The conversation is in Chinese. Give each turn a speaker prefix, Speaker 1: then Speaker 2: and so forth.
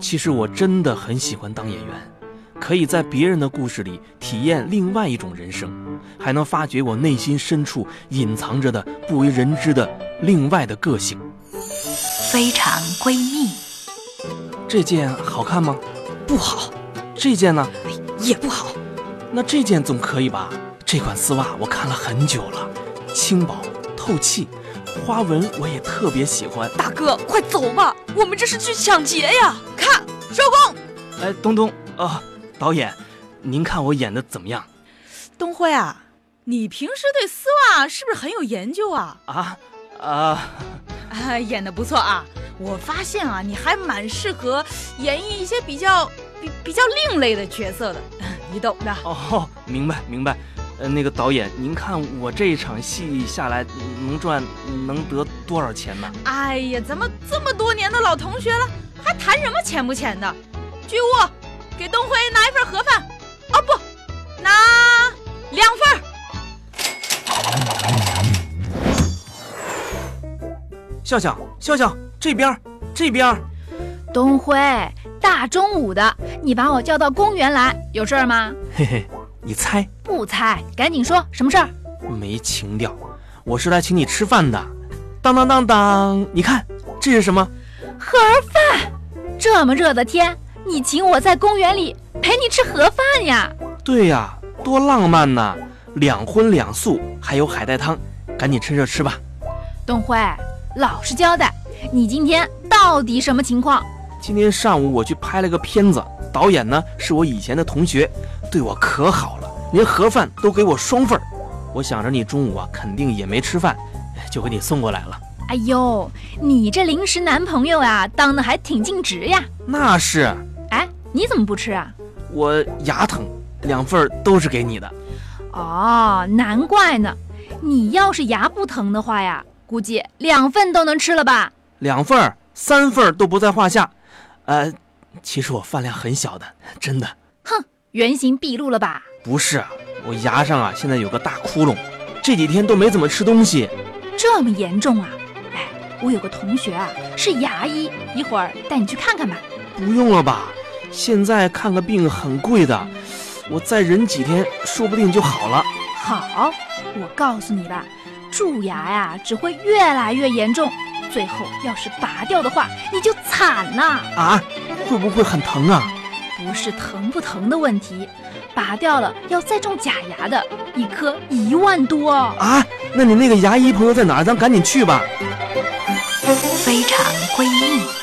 Speaker 1: 其实我真的很喜欢当演员，可以在别人的故事里体验另外一种人生，还能发掘我内心深处隐藏着的不为人知的另外的个性。
Speaker 2: 非常闺蜜
Speaker 1: 这件好看吗？
Speaker 3: 不好，
Speaker 1: 这件呢？
Speaker 3: 哎，也不好。
Speaker 1: 那这件总可以吧？这款丝袜我看了很久了，轻薄透气，花纹我也特别喜欢。
Speaker 3: 大哥，快走吧，我们这是去抢劫呀！看，收工。
Speaker 1: 哎，东东啊，导演，您看我演的怎么样？
Speaker 4: 东辉啊，你平时对丝袜是不是很有研究啊？
Speaker 1: 啊啊，
Speaker 4: 啊，演的不错啊！我发现啊，你还蛮适合演绎一些比较比比较另类的角色的，你懂的。
Speaker 1: 哦，明白明白。呃，那个导演，您看我这一场戏下来能赚能得多少钱呢？
Speaker 4: 哎呀，咱们这么多年的老同学了，还谈什么钱不钱的？剧务，给东辉拿一份盒饭。哦不，拿两份儿。
Speaker 1: 笑笑笑笑，这边儿这边儿。
Speaker 5: 东辉，大中午的，你把我叫到公园来，有事儿吗？
Speaker 1: 嘿嘿，你猜
Speaker 5: 不猜，赶紧说什么事儿？
Speaker 1: 没情调，我是来请你吃饭的。当当当当，你看这是什么？
Speaker 5: 盒饭，这么热的天，你请我在公园里陪你吃盒饭呀？
Speaker 1: 对呀、多浪漫呐！两荤两素，还有海带汤，赶紧趁热吃吧。
Speaker 5: 东辉，老实交代，你今天到底什么情况？
Speaker 1: 今天上午我去拍了个片子，导演呢是我以前的同学，对我可好了，连盒饭都给我双份儿。我想着你中午啊肯定也没吃饭，就给你送过来了。
Speaker 5: 哎呦，你这临时男朋友啊，当的还挺尽职呀！
Speaker 1: 那是
Speaker 5: 哎，你怎么不吃啊？
Speaker 1: 我牙疼，两份儿都是给你的。
Speaker 5: 哦，难怪呢，你要是牙不疼的话呀，估计两份都能吃了吧？
Speaker 1: 两份儿、三份儿都不在话下。呃，其实我饭量很小的，真的
Speaker 5: 原形毕露了吧？
Speaker 1: 不是啊。我牙上啊现在有个大窟窿，这几天都没怎么吃东西。
Speaker 5: 这么严重啊？哎，我有个同学啊是牙医，一会儿带你去看看吧。
Speaker 1: 不用了吧？现在看个病很贵的，我再忍几天，说不定就好了。
Speaker 5: 好，我告诉你吧，蛀牙呀只会越来越严重，最后要是拔掉的话，你就惨了。
Speaker 1: 啊？会不会很疼啊？
Speaker 5: 不是疼不疼的问题，拔掉了要再种假牙的，一颗一万多哦。
Speaker 1: 啊？那你那个牙医朋友在哪儿？咱赶紧去吧。
Speaker 2: 非常闺蜜。